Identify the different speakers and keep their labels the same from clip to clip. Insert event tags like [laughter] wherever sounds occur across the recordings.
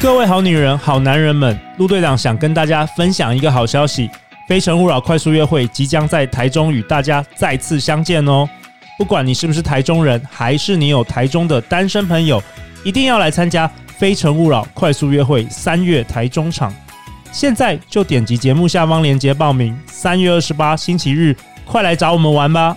Speaker 1: 各位好女人、好男人们，陆队长想跟大家分享一个好消息，《非诚勿扰》快速约会即将在台中与大家再次相见哦！不管你是不是台中人，还是你有台中的单身朋友，一定要来参加《非诚勿扰》快速约会三月台中场。现在就点击节目下方链接报名，三月二十八星期日，快来找我们玩吧！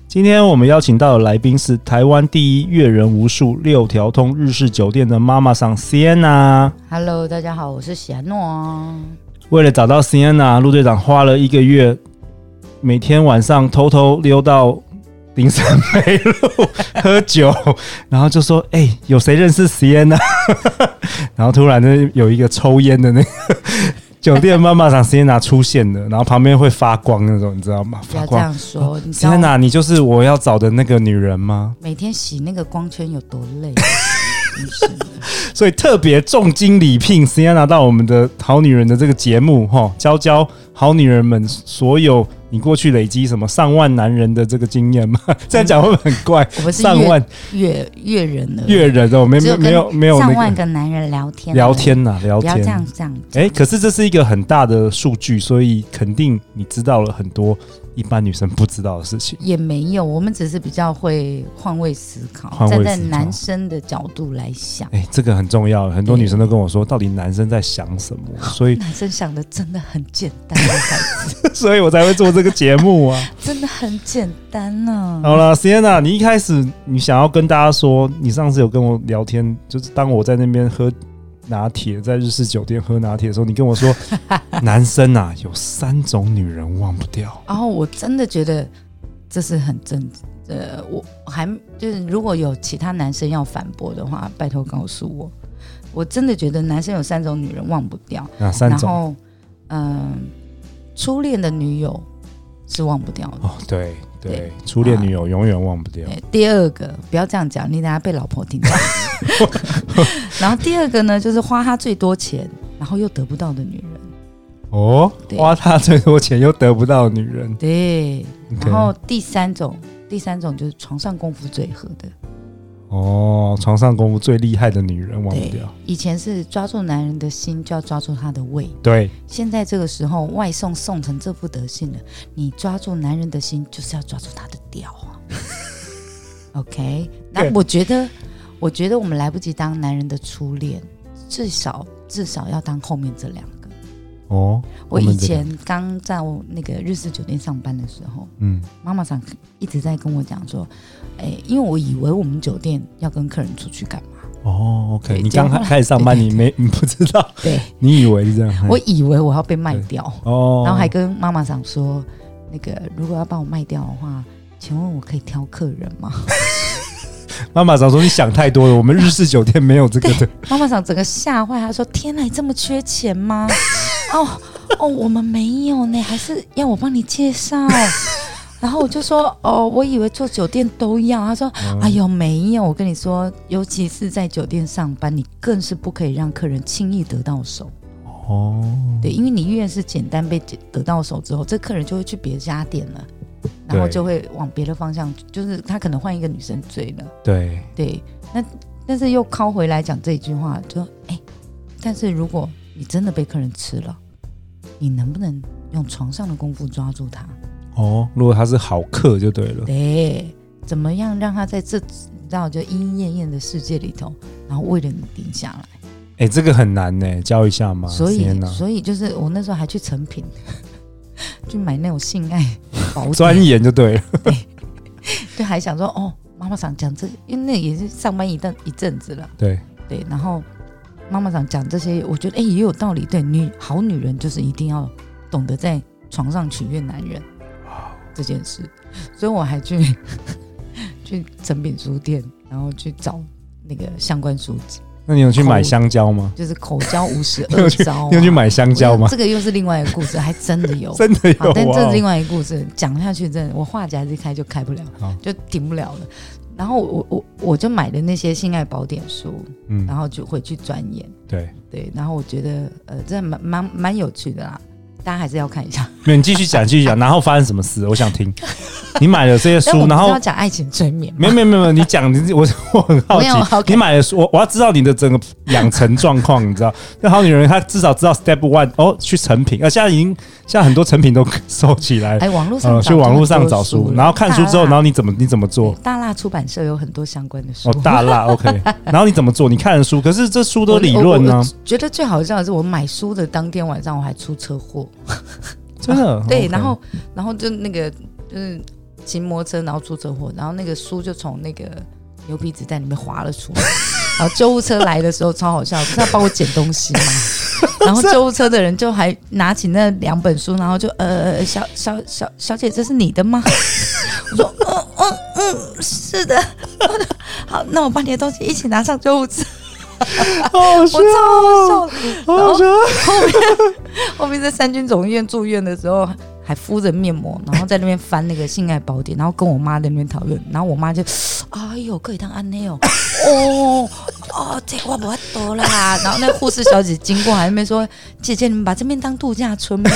Speaker 1: 今天我们邀请到的来宾是台湾第一阅人无数、六条通日式酒店的妈妈桑 Sienna。
Speaker 2: Hello，大家好，我是喜安诺哦。
Speaker 1: 为了找到 Sienna，陆队长花了一个月，每天晚上偷偷溜到林森北路喝酒，然后就说：“哎、有谁认识 Sienna？” [laughs] 然后突然呢，有一个抽烟的那个酒店妈妈桑 Sienna 出现了，然后旁边会发光那种，你知道吗？
Speaker 2: 不
Speaker 1: 发
Speaker 2: 要这
Speaker 1: 光。
Speaker 2: 样说，
Speaker 1: 哦
Speaker 2: 你知道
Speaker 1: Sienna，你就是我要找的那个女人吗？
Speaker 2: 每天洗那个光圈有多累？啊
Speaker 1: [laughs]
Speaker 2: 真是的
Speaker 1: 所以特别重金礼聘 s i e n a 到我们的《好女人》的这个节目，哈，教教好女人们所有你过去累积什么上万男人的这个经验嘛？ [laughs] 这样讲会不会很怪？
Speaker 2: 我们是
Speaker 1: 上万
Speaker 2: 越越越人了，
Speaker 1: 越人哦，没
Speaker 2: 嗯只
Speaker 1: 没
Speaker 2: 有跟
Speaker 1: 没有没有
Speaker 2: 上
Speaker 1: 那
Speaker 2: 万
Speaker 1: 个
Speaker 2: 个男人聊天而已，啊
Speaker 1: 聊天呐，聊
Speaker 2: 不要这样
Speaker 1: 天。
Speaker 2: 这样。
Speaker 1: 哎、可是这是一个很大的数据，所以肯定你知道了很多一般女生不知道的事情。
Speaker 2: 也没有，我们只是比较会换位思考，
Speaker 1: 换位
Speaker 2: 站
Speaker 1: 思考
Speaker 2: 在男生的角度来想，
Speaker 1: 哎、这个很重要，很多
Speaker 2: 对
Speaker 1: 女生都跟我说，到底男生在想什
Speaker 2: [laughs]
Speaker 1: 么？所以， [laughs]
Speaker 2: 男生想的真的很简单，孩子
Speaker 1: 所以我才会做这个节目啊。
Speaker 2: 真的很简单啊呢、
Speaker 1: 嗯好了，Sienna，你一开始你想要跟大家说，你上次有跟我聊天，就是当我在那边喝拿铁，在日式酒店喝拿铁的时候，你跟我
Speaker 2: [laughs]
Speaker 1: 说，男生啊有三种女人忘不掉，
Speaker 2: 然后我真的觉得这是很真，呃，我还就是如果有其他男生要反驳的话，拜托告诉我。我真的觉得男生有三种女人忘不掉，
Speaker 1: 哪啊三
Speaker 2: 然
Speaker 1: 种？
Speaker 2: 后，嗯、初恋的女友是忘不掉的。
Speaker 1: 哦，对对
Speaker 2: 对，
Speaker 1: 初恋女友永远忘不掉。
Speaker 2: 对第二个不要这样讲，你等下被老婆听
Speaker 1: [laughs]
Speaker 2: 到。然后第二个呢，就是花她最多钱，然后又得不到的女人。
Speaker 1: 哦，
Speaker 2: 对
Speaker 1: 花他最多钱又得不到的女人，
Speaker 2: 对，
Speaker 1: OK
Speaker 2: 然后第三种，第三种就是床上功夫最合的。
Speaker 1: 哦，床上功夫最厉害的女人忘不
Speaker 2: 对
Speaker 1: 掉。，
Speaker 2: 以前是抓住男人的心，就要抓住他的胃。
Speaker 1: 对，
Speaker 2: 现在这个时候，外送送成这副德性了，你抓住男人的心，就是要抓住他的屌啊。OK，那
Speaker 1: 对
Speaker 2: 我觉得，我觉得我们来不及当男人的初恋，至少至少要当后面这两个。
Speaker 1: 哦，
Speaker 2: 我
Speaker 1: 后面
Speaker 2: 以
Speaker 1: 这两
Speaker 2: 前刚在我那个日式酒店上班的时候，
Speaker 1: 嗯，
Speaker 2: 妈妈常一直在跟我讲说，哎、因为我以为我们酒店要跟客人出去干嘛，
Speaker 1: 哦，OK，
Speaker 2: 对
Speaker 1: 你
Speaker 2: 结果
Speaker 1: 刚
Speaker 2: 后来
Speaker 1: 开始上班，你没你不知道，
Speaker 2: 对
Speaker 1: 你以为是这样。
Speaker 2: 我以为我要被卖掉，
Speaker 1: 哦，
Speaker 2: 然后还跟妈妈讲说，那个如果要把我卖掉的话，请问我可以挑客人吗？ [laughs]
Speaker 1: 妈妈早说你想太多了，我们日式酒店没有这个的。
Speaker 2: 妈妈长整个吓坏，她说：“天哪，你这么缺钱吗？哦哦，我们没有呢，还是要我帮你介绍？”然后我就说：“哦，我以为做酒店都要。”她
Speaker 1: 哦
Speaker 2: 说：“
Speaker 1: 嗯
Speaker 2: 哎呦，没有，我跟你说，尤其是在酒店上班，你更是不可以让客人轻易得到手。
Speaker 1: 哦，
Speaker 2: 对，因为你越是简单被解得到手之后，这客人就会去别家店了，然后
Speaker 1: 对
Speaker 2: 就会往别的方向，就是他可能换一个女生追了。
Speaker 1: 对，
Speaker 2: 对，那但是又靠回来讲这一句话，就哎、但是如果你真的被客人吃了，你能不能用床上的功夫抓住他？
Speaker 1: 哦，如果他是好客就对了。
Speaker 2: 对，怎么样让他在这你知道就莺莺燕燕的世界里头，然后为了你停下来？
Speaker 1: 哎、这个很难呢、教一下嘛。
Speaker 2: 所以，
Speaker 1: 天哪
Speaker 2: 所以就是我那时候还去成品 [laughs] 去买那种性爱 [laughs] 宝
Speaker 1: 钻
Speaker 2: 典，
Speaker 1: 研就对了。
Speaker 2: 就还想说哦，妈妈想讲这，因为那也是上班一段一阵子了。
Speaker 1: 对，
Speaker 2: 对，然后妈妈长讲这些，我觉得哎、也有道理。对，女好女人就是一定要懂得在床上取悦男人
Speaker 1: 啊
Speaker 2: 这件事，所以我还去去成品书店，然后去找那个相关书籍。
Speaker 1: 那你有去买香蕉吗？
Speaker 2: 就是口交五十
Speaker 1: [laughs] 你有
Speaker 2: 二
Speaker 1: 去
Speaker 2: 招、啊
Speaker 1: 你有去买香蕉吗。
Speaker 2: 我？这个又是另外一个故事，还真的有
Speaker 1: 真 [laughs] 的有
Speaker 2: 哦好，但这是另
Speaker 1: 啊！
Speaker 2: 外一个故事，讲下去真的，我话匣子一开就开不了
Speaker 1: 好，
Speaker 2: 就停不了了。然后我我我就买的那些性爱宝典书，然
Speaker 1: 嗯，
Speaker 2: 后就回去钻研，
Speaker 1: 对，
Speaker 2: 对，然后我觉得呃，这蛮蛮蛮有趣的啦，大家还是要看一下。
Speaker 1: 没有你继续讲，继
Speaker 2: [laughs]
Speaker 1: 续讲，然后发生什么事？我想听。你买了这些
Speaker 2: 但
Speaker 1: [laughs]
Speaker 2: 我
Speaker 1: 书，
Speaker 2: 们
Speaker 1: 然
Speaker 2: 是
Speaker 1: 后
Speaker 2: 要讲爱情催眠吗，
Speaker 1: 没有没有没有，你讲你我我很好
Speaker 2: 没有
Speaker 1: 奇，
Speaker 2: ，OK
Speaker 1: 你买的书，我我要知道你的整个养成状况，你知道？那好女人她至少知道 step one 哦，去成品，呃，现在已经现在很多成品都收起来，
Speaker 2: 哎，网络上
Speaker 1: 呃，
Speaker 2: 找
Speaker 1: 去网络
Speaker 2: 这
Speaker 1: 上
Speaker 2: 么多
Speaker 1: 找
Speaker 2: 书
Speaker 1: 书，
Speaker 2: 了
Speaker 1: 然后看书之后，然
Speaker 2: 大辣
Speaker 1: 后你怎么你怎么做？
Speaker 2: 大辣出版社有很多相关的书
Speaker 1: 哦，，大
Speaker 2: [laughs]
Speaker 1: 辣 OK，然后你怎么做？你看了书，可是这书都
Speaker 2: 我
Speaker 1: 理论啊呢
Speaker 2: 我我，觉得最好笑的是，我买书的当天晚上我还出车祸，
Speaker 1: 真的
Speaker 2: 啊对，
Speaker 1: 哦 OK
Speaker 2: 然后然后就那个就是骑摩托车，然后出车祸，然后那个书就从那个牛皮纸袋里面滑了出来。然后救护车来的时候超好笑，不是要帮我捡东西吗？然后救护车的人就还拿起那两本书，然后就呃，小小小小姐，这是你的吗？我说嗯嗯嗯，是的。 [laughs] 好，那我把你的东西一起拿上救护车。
Speaker 1: 好笑
Speaker 2: 我超好笑的，
Speaker 1: 好笑，
Speaker 2: 后面在三军总医院住院的时候，还敷着面膜，然后在那边翻那个性爱宝典，然后跟我妈在那边讨论，然后我妈就，哎呦，可以当安内哦， [coughs] 哦哦，这我不要多啦。然后那护士小姐经过，还在那边说，姐姐，你们把这边当度假村吗？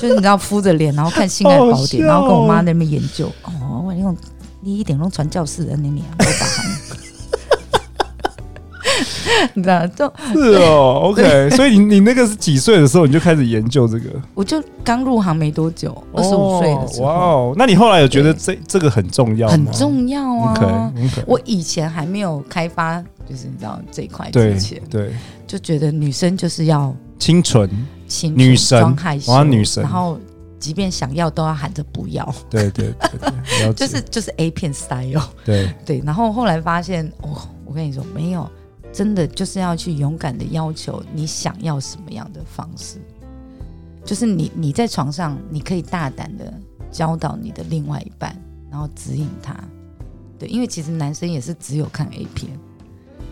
Speaker 2: 就是你知道敷着脸，然后看性爱
Speaker 1: 好
Speaker 2: 宝典，
Speaker 1: 笑哦
Speaker 2: 然后跟我妈在那边研究。哦，我用你一点弄传教士的啊那年，
Speaker 1: [laughs]
Speaker 2: 我把。你知道，就
Speaker 1: 是哦，OK，所以你你那个是几岁的时候你就开始研究这个？
Speaker 2: 我就刚入行没多久，二十五岁的时候，
Speaker 1: 哇哦，那你后来有觉得这这个很重要吗？
Speaker 2: 很重要啊。
Speaker 1: ，OK OK，
Speaker 2: 我以前还没有开发，就是你知道这一块
Speaker 1: 对
Speaker 2: 之前，
Speaker 1: 对，
Speaker 2: 就觉得女生就是要
Speaker 1: 清纯，
Speaker 2: 清楚
Speaker 1: 女神
Speaker 2: 装害羞，
Speaker 1: 我要女神
Speaker 2: 然后即便想要都要喊着不要，
Speaker 1: 对对对对，了解
Speaker 2: 就是 [laughs] 就是 A 片 style。
Speaker 1: 对，
Speaker 2: 对，然后后来发现，哦，我跟你说，没有，真的就是要去勇敢的要求你想要什么样的方式，就是你你在床上，你可以大胆的教导你的另外一半，然后指引他，对，因为其实男生也是只有看 A 片。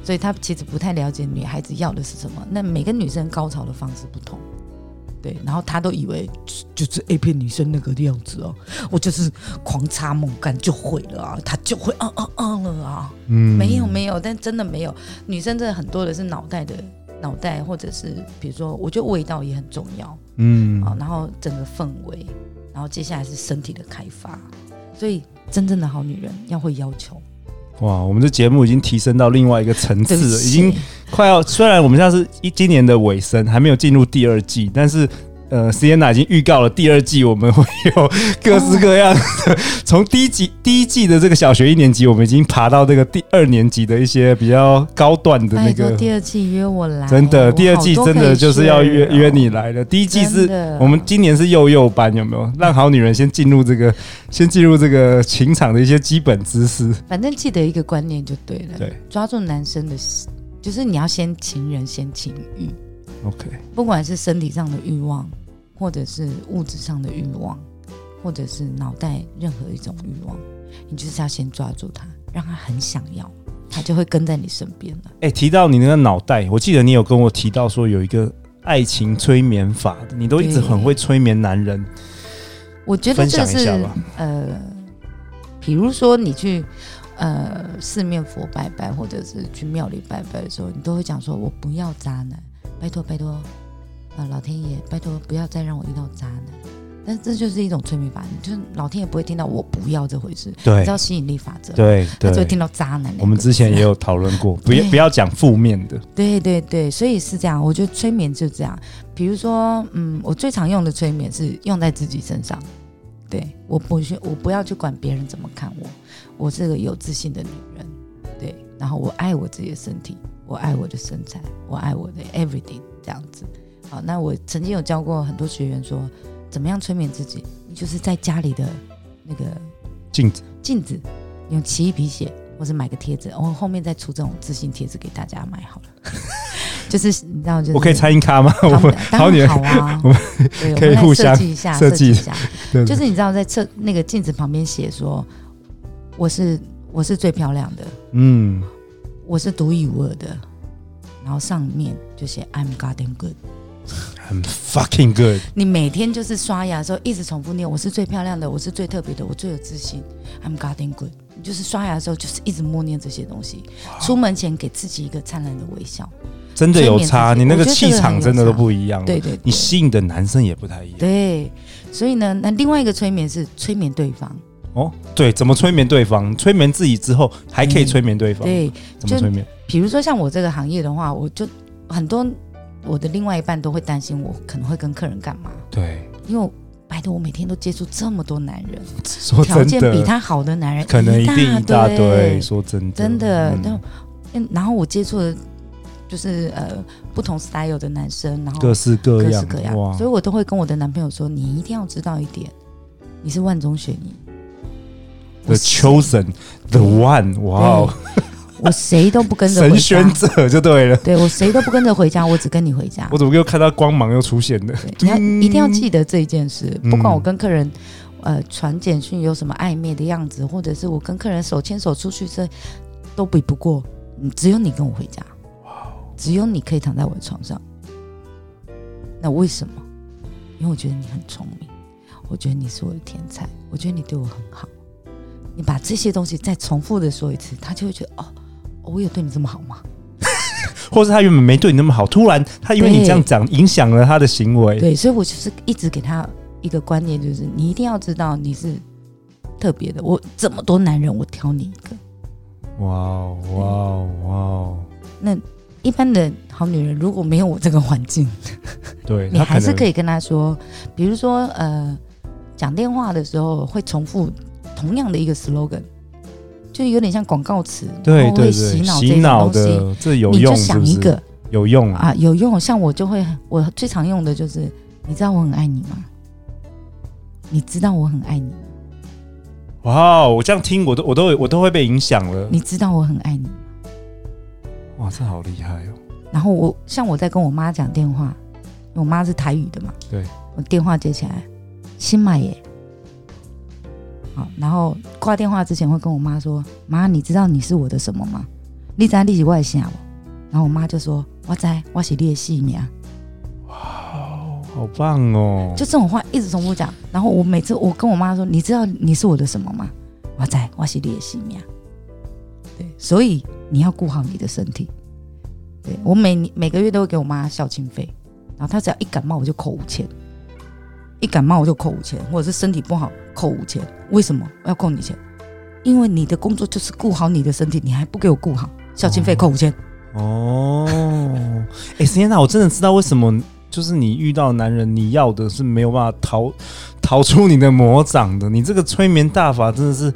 Speaker 2: 所以他其实不太了解女孩子要的是什么。那每个女生高潮的方式不同，对，然后他都以为就就是 A 片女生那个样子哦，我就是狂插猛干就会了啊，她就会嗯嗯嗯了啊。
Speaker 1: 嗯
Speaker 2: 没有没有，但真的没有，女生真的很多的是脑袋的脑袋，或者是比如说，我觉得味道也很重要
Speaker 1: 嗯
Speaker 2: 啊，然后整个氛围，然后接下来是身体的开发，所以真正的好女人要会要求，
Speaker 1: 哇，我们这节目已经提升到另外一个层次
Speaker 2: 对不
Speaker 1: 了，
Speaker 2: 起
Speaker 1: 已经快要虽然我们现在是一今年的尾声，还没有进入第二季，但是。呃，Sienna 已经预告了第二季，我们会有各式各样的。 [laughs] 从第一季第一季的这个小学一年级，我们已经爬到这个第二年级的一些比较高段的那
Speaker 2: 拜托
Speaker 1: 个。
Speaker 2: 哎第二季约我来，
Speaker 1: 真
Speaker 2: 我
Speaker 1: 的，
Speaker 2: 哦好
Speaker 1: 第二季
Speaker 2: 多
Speaker 1: 真
Speaker 2: 可
Speaker 1: 的
Speaker 2: 以
Speaker 1: 就是要约
Speaker 2: 学哦
Speaker 1: 约你来的。第一季是
Speaker 2: 真的嗯
Speaker 1: 我们今年是幼幼班，有没有？让好女人先进入这个，先进入这个情场的一些基本知识。
Speaker 2: 反正记得一个观念就对了，
Speaker 1: 对
Speaker 2: 抓住男生的心，就是你要先情人先情欲，
Speaker 1: OK，
Speaker 2: 不管是身体上的欲望，或者是物质上的欲望，或者是脑袋任何一种欲望，你就是要先抓住他，让他很想要，他就会跟在你身边了。
Speaker 1: 哎、提到你那个脑袋，我记得你有跟我提到说有一个爱情催眠法，你都一直
Speaker 2: 对
Speaker 1: 很会催眠男人，
Speaker 2: 我觉得
Speaker 1: 分享
Speaker 2: 这
Speaker 1: 一下
Speaker 2: 是
Speaker 1: 吧。
Speaker 2: 呃，比如说你去呃四面佛拜拜，或者是去庙里拜拜的时候，你都会讲说：“我不要渣男，拜托拜托，呃，老天爷，拜托不要再让我遇到渣男。”但这就是一种催眠法，你就是老天爷不会听到我不要这回事，你
Speaker 1: 对
Speaker 2: 知道吸引力法则，
Speaker 1: 对
Speaker 2: 他只会
Speaker 1: 对，
Speaker 2: 听到渣男。
Speaker 1: 我们之前也有讨论过，不要
Speaker 2: [laughs] 对
Speaker 1: 不要讲负面的。
Speaker 2: 对对对，所以是这样。我觉得催眠就这样，比如说，嗯，我最常用的催眠是用在自己身上。对我不去，我不要去管别人怎么看我，我是个有自信的女人。对，然后我爱我自己的身体，我爱我的身材，我爱我的 everything 这样子。好，那我曾经有教过很多学员说，怎么样催眠自己？你就是在家里的那个
Speaker 1: 镜子，
Speaker 2: 镜子，用奇异皮鞋，或是买个贴纸，我、后面再出这种自信贴纸给大家买好了。 [laughs] 就是你知道，就是
Speaker 1: 我可以参与咖吗？我
Speaker 2: 他们
Speaker 1: 们
Speaker 2: 当
Speaker 1: [laughs] 好女
Speaker 2: 然
Speaker 1: 人
Speaker 2: 好啊，
Speaker 1: [laughs] 我
Speaker 2: 们对，我
Speaker 1: 可以
Speaker 2: 们来
Speaker 1: 互
Speaker 2: 设
Speaker 1: 相
Speaker 2: 计一下，
Speaker 1: 设
Speaker 2: 设计
Speaker 1: 计
Speaker 2: 一下，
Speaker 1: [laughs] 对
Speaker 2: 就是你知道在侧那个镜子旁边写说，我是我是最漂亮的，
Speaker 1: 嗯，
Speaker 2: 我是独一无二的，然后上面就写 I'm goddamn good。
Speaker 1: 很 fucking good。
Speaker 2: 你每天就是刷牙的时候一直重复念：“我是最漂亮的，我是最特别的，我最有自信。”I'm goddamn good。你就是刷牙的时候就是一直默念这些东西，出门前给自己一个灿烂的微笑。
Speaker 1: 真的有差，
Speaker 2: 催眠
Speaker 1: 你那个
Speaker 2: 自己
Speaker 1: 气场真的都不一样了。
Speaker 2: 对对
Speaker 1: 嗯你
Speaker 2: 对
Speaker 1: 吸引的男生也不太一样。
Speaker 2: 对，所以呢，那另外一个催眠是催眠对方。
Speaker 1: 哦，对，怎么催眠对方？催眠自己之后，还可以
Speaker 2: 嗯
Speaker 1: 催眠对方。
Speaker 2: 对，
Speaker 1: 怎么
Speaker 2: 就
Speaker 1: 催眠？
Speaker 2: 比如说像我这个行业的话，我就很多我的另外一半都会担心我可能会跟客人干嘛，
Speaker 1: 对，
Speaker 2: 因为我拜托我每天都接触这么多男人，
Speaker 1: 说
Speaker 2: 条
Speaker 1: 真
Speaker 2: 件比
Speaker 1: 的，
Speaker 2: 他好的男人
Speaker 1: 可能一定一大堆。
Speaker 2: 堆，
Speaker 1: 说真的，
Speaker 2: 真的。
Speaker 1: 嗯
Speaker 2: 但嗯然后我接触的就是呃不同 style 的男生，然后
Speaker 1: 各式各
Speaker 2: 各式
Speaker 1: 样，
Speaker 2: 各样，
Speaker 1: 哇
Speaker 2: 所以我都会跟我的男朋友说，你一定要知道一点，你是万中选一。
Speaker 1: ，The
Speaker 2: 秋，
Speaker 1: chosen，the one，哇哦，
Speaker 2: 我谁都不跟着回
Speaker 1: 神选，
Speaker 2: 家
Speaker 1: 者就对了。
Speaker 2: 对我谁都不跟着回家，我只跟你回家
Speaker 1: 我。怎么又看到光芒又出现了？ [laughs]
Speaker 2: 对，你要
Speaker 1: 嗯
Speaker 2: 一定要记得这一件事，不管
Speaker 1: 嗯
Speaker 2: 我跟客人。呃，传简讯有什么暧昧的样子，或者是我跟客人手牵手出去，这都比不过，嗯只有你跟我回家，只有你可以躺在我的床上。那为什么？因为我觉得你很聪明，我觉得你是我的天才，我觉得你对我很好。你把这些东西再重复的说一次，他就会觉得哦，我有对你这么好吗？
Speaker 1: 或是他原本没对你那么好，突然他因为你
Speaker 2: 对
Speaker 1: 这样讲，影响了他的行为。
Speaker 2: 对，所以我就是一直给他一个观念，就是你一定要知道你是特别的。我这么多男人，我挑你一个。
Speaker 1: 哇哦，哇哦，哇哦，
Speaker 2: 那一般的好女人如果没有我这个环境，
Speaker 1: 对，
Speaker 2: 你
Speaker 1: 他
Speaker 2: 还是可
Speaker 1: 以。
Speaker 2: 以跟他说，比如说呃，讲电话的时候会重复同样的一个 slogan，就有点像广告词，
Speaker 1: 对
Speaker 2: 然后
Speaker 1: 对
Speaker 2: 哦
Speaker 1: 对，
Speaker 2: 会洗脑
Speaker 1: 洗
Speaker 2: 这
Speaker 1: 脑
Speaker 2: 种东西。
Speaker 1: 的这有
Speaker 2: 你就
Speaker 1: 用，是
Speaker 2: 想
Speaker 1: 不
Speaker 2: 一
Speaker 1: 是
Speaker 2: 个
Speaker 1: 有用啊？
Speaker 2: 啊，有用。像我就会，我最常用的就是，你知道我很爱你吗？你知道我很爱你吗
Speaker 1: 哇，我这样听我都我都我都会被影响了。
Speaker 2: 你知道我很爱你吗。
Speaker 1: 哇，这好厉害哦！
Speaker 2: 然后我像我在跟我妈讲电话，因为我妈是台语的嘛，
Speaker 1: 对，
Speaker 2: 我电话接起来，新买耶，好，然后挂电话之前会跟我妈说，妈，你知道你是我的什么吗？你知道你是我的啥吗？然后我妈就说，我知，我是你的姓名，
Speaker 1: 哇，好棒哦！
Speaker 2: 就这种话一直重复讲。然后我每次我跟我妈说，你知道你是我的什么吗？我知，我是你的性命。对，所以你要顾好你的身体。对我每每个月都会给我妈孝亲费，然后她只要一感冒我就扣五千，一感冒我就扣五千，或者是身体不好扣五千。为什么我要扣你钱？因为你的工作就是顾好你的身体，你还不给我顾好，孝亲费扣五千。
Speaker 1: 哦，哎，石燕娜，我真的知道为什么，就是你遇到男人，你要的是没有办法逃逃出你的魔掌的。你这个催眠大法真的是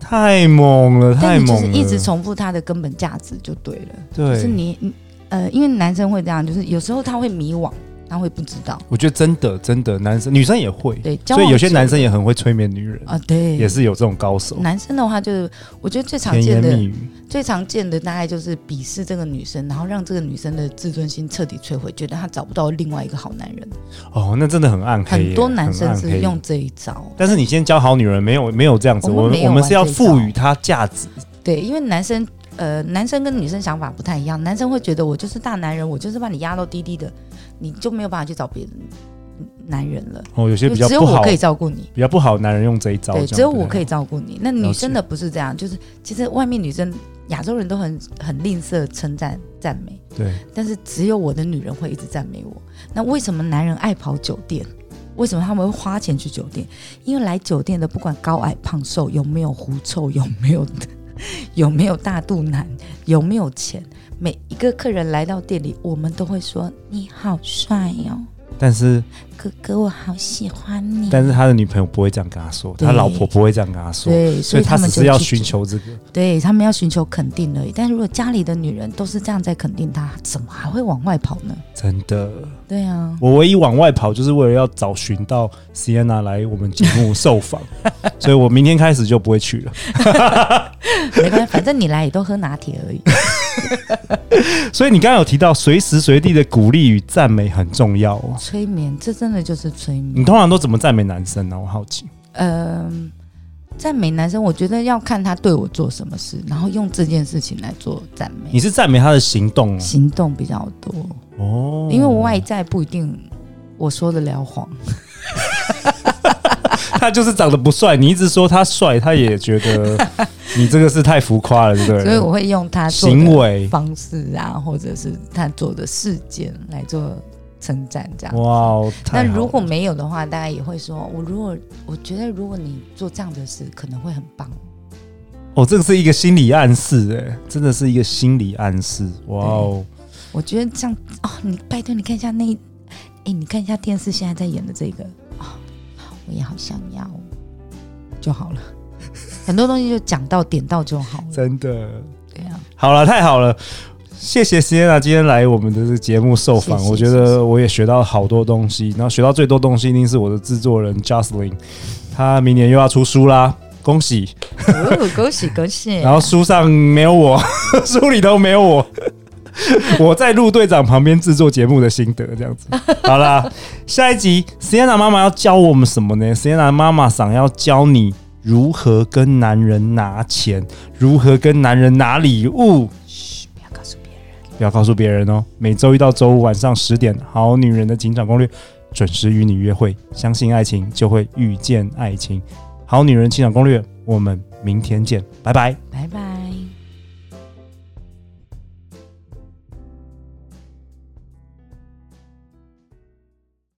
Speaker 1: 太猛了，太
Speaker 2: 但你就
Speaker 1: 猛
Speaker 2: 是
Speaker 1: 了！
Speaker 2: 一直重复它的根本价值就对了。
Speaker 1: 对，
Speaker 2: 就是你你呃，因为男生会这样，就是有时候他会迷惘，他会不知道。
Speaker 1: 我觉得真的真的，男生女生也会，
Speaker 2: 对，交
Speaker 1: 所以
Speaker 2: 往
Speaker 1: 有些
Speaker 2: 久
Speaker 1: 男生也很会催眠女人，
Speaker 2: 啊，对，
Speaker 1: 也是有这种高手，
Speaker 2: 男生的话，就是我觉得最常
Speaker 1: 甜言
Speaker 2: 见
Speaker 1: 蜜
Speaker 2: 的、
Speaker 1: 语。
Speaker 2: 最常见的大概就是鄙视这个女生，然后让这个女生的自尊心彻底摧毁，觉得她找不到另外一个好男人。
Speaker 1: 哦，那真的很暗黑耶，
Speaker 2: 很多男生
Speaker 1: 很暗
Speaker 2: 是
Speaker 1: 黑
Speaker 2: 用。这一招，
Speaker 1: 但是你先教好女人，没有没有这样子，
Speaker 2: 我
Speaker 1: 我
Speaker 2: 们
Speaker 1: 们
Speaker 2: 没有
Speaker 1: 我们是要
Speaker 2: 玩这一
Speaker 1: 赋予她价值，
Speaker 2: 对，因为男生呃，男生跟女生想法不太一样，男生会觉得我就是大男人，我就是把你压到低低的，你就没有办法去找别的男人了，
Speaker 1: 哦，有些比较
Speaker 2: 只有
Speaker 1: 不
Speaker 2: 我
Speaker 1: 好，
Speaker 2: 可以照顾你。
Speaker 1: 比较不好，男人用这一招，
Speaker 2: 对，
Speaker 1: 这样
Speaker 2: 只有
Speaker 1: 不太
Speaker 2: 我可以
Speaker 1: 好。
Speaker 2: 照顾你。那
Speaker 1: 了
Speaker 2: 女
Speaker 1: 解
Speaker 2: 生的不是这样，就是其实外面女生亚洲人都很很吝啬称赞赞美，
Speaker 1: 对，
Speaker 2: 但是只有我的女人会一直赞美我。那为什么男人爱跑酒店？为什么他们会花钱去酒店？因为来酒店的不管高矮胖瘦，有没有狐臭，有没有 [laughs] 有没有大肚腩，有没有钱，每一个客人来到店里，我们都会说你好帅哦，
Speaker 1: 但是
Speaker 2: 哥哥我好喜欢你。
Speaker 1: 但是他的女朋友不会这样跟他说，他
Speaker 2: 对
Speaker 1: 老婆不会这样跟他说，
Speaker 2: 对，
Speaker 1: 所
Speaker 2: 所
Speaker 1: 以
Speaker 2: 以
Speaker 1: 他
Speaker 2: 们
Speaker 1: 只
Speaker 2: 就是
Speaker 1: 要
Speaker 2: 去
Speaker 1: 寻
Speaker 2: 酒
Speaker 1: 求这个。
Speaker 2: 对他们要寻求肯定而已。但如果家里的女人都是这样在肯定他，怎么还会往外跑呢？
Speaker 1: 真的，
Speaker 2: 对啊，
Speaker 1: 我唯一往外跑就是为了要找寻到 Sienna 来我们节目受访， [laughs] 所以我明天开始就不会去了。
Speaker 2: 没关系，反正你来也都喝拿铁而已。 [laughs]
Speaker 1: 所以你刚刚有提到，随时随地的鼓励与赞美很重要哦。
Speaker 2: 催眠，这真的就是催
Speaker 1: 你
Speaker 2: 眠。
Speaker 1: 通常都怎么赞美男生呢、我好奇。
Speaker 2: 嗯、赞美男生，我觉得要看他对我做什么事，然后用这件事情来做赞美
Speaker 1: 你，是赞美他的行动哦
Speaker 2: 行动比较多，
Speaker 1: 哦，
Speaker 2: 因为外在不一定我说得了谎。
Speaker 1: [laughs] 他就是长得不帅，你一直说他帅，他也觉得
Speaker 2: [laughs]
Speaker 1: 你这个是太浮夸了，对不对？
Speaker 2: 所以我会用他做的
Speaker 1: 行为
Speaker 2: 方式啊，或者是他做的事件来做称赞，这样。
Speaker 1: 哇哦，
Speaker 2: 那
Speaker 1: 太好
Speaker 2: 如果
Speaker 1: 了
Speaker 2: 没有的话，大概也会说，我如果我觉得如果你做这样的事，可能会很棒。
Speaker 1: 哦，这个是一个心理暗示，哎，真的是一个心理暗示，哇哦，
Speaker 2: 我觉得这样哦，你拜托你看一下那，哎、你看一下电视现在在演的这个哦，我也好想要，就好了。很多东西就讲到点到就好了，
Speaker 1: 真的，
Speaker 2: 对啊， [laughs]
Speaker 1: 好了，太好了。谢谢 s i e n a 今天来我们的这个节目受访，
Speaker 2: 谢谢
Speaker 1: 我觉
Speaker 2: 谢谢
Speaker 1: 得我也学到好多东西，然后学到最多东西一定是我的制作人 Jocelyn，他明年又要出书啦，恭喜！
Speaker 2: 哦恭喜恭喜！
Speaker 1: 然后书上没有我， [laughs] 书里头没有我，我在陆队长旁边制作节目的心得这样子。好啦，下一集 Sienna 妈妈要教我们什么呢？Sienna 妈妈想要教你如何跟男人拿钱，如何跟男人拿礼物。
Speaker 2: 嘘，不要告诉别人。
Speaker 1: 不要告诉别人哦。每周一到周五晚上十点，《好女人的情场攻略》准时与你约会。相信爱情，就会遇见爱情。好女人情场攻略，我们明天见，拜拜。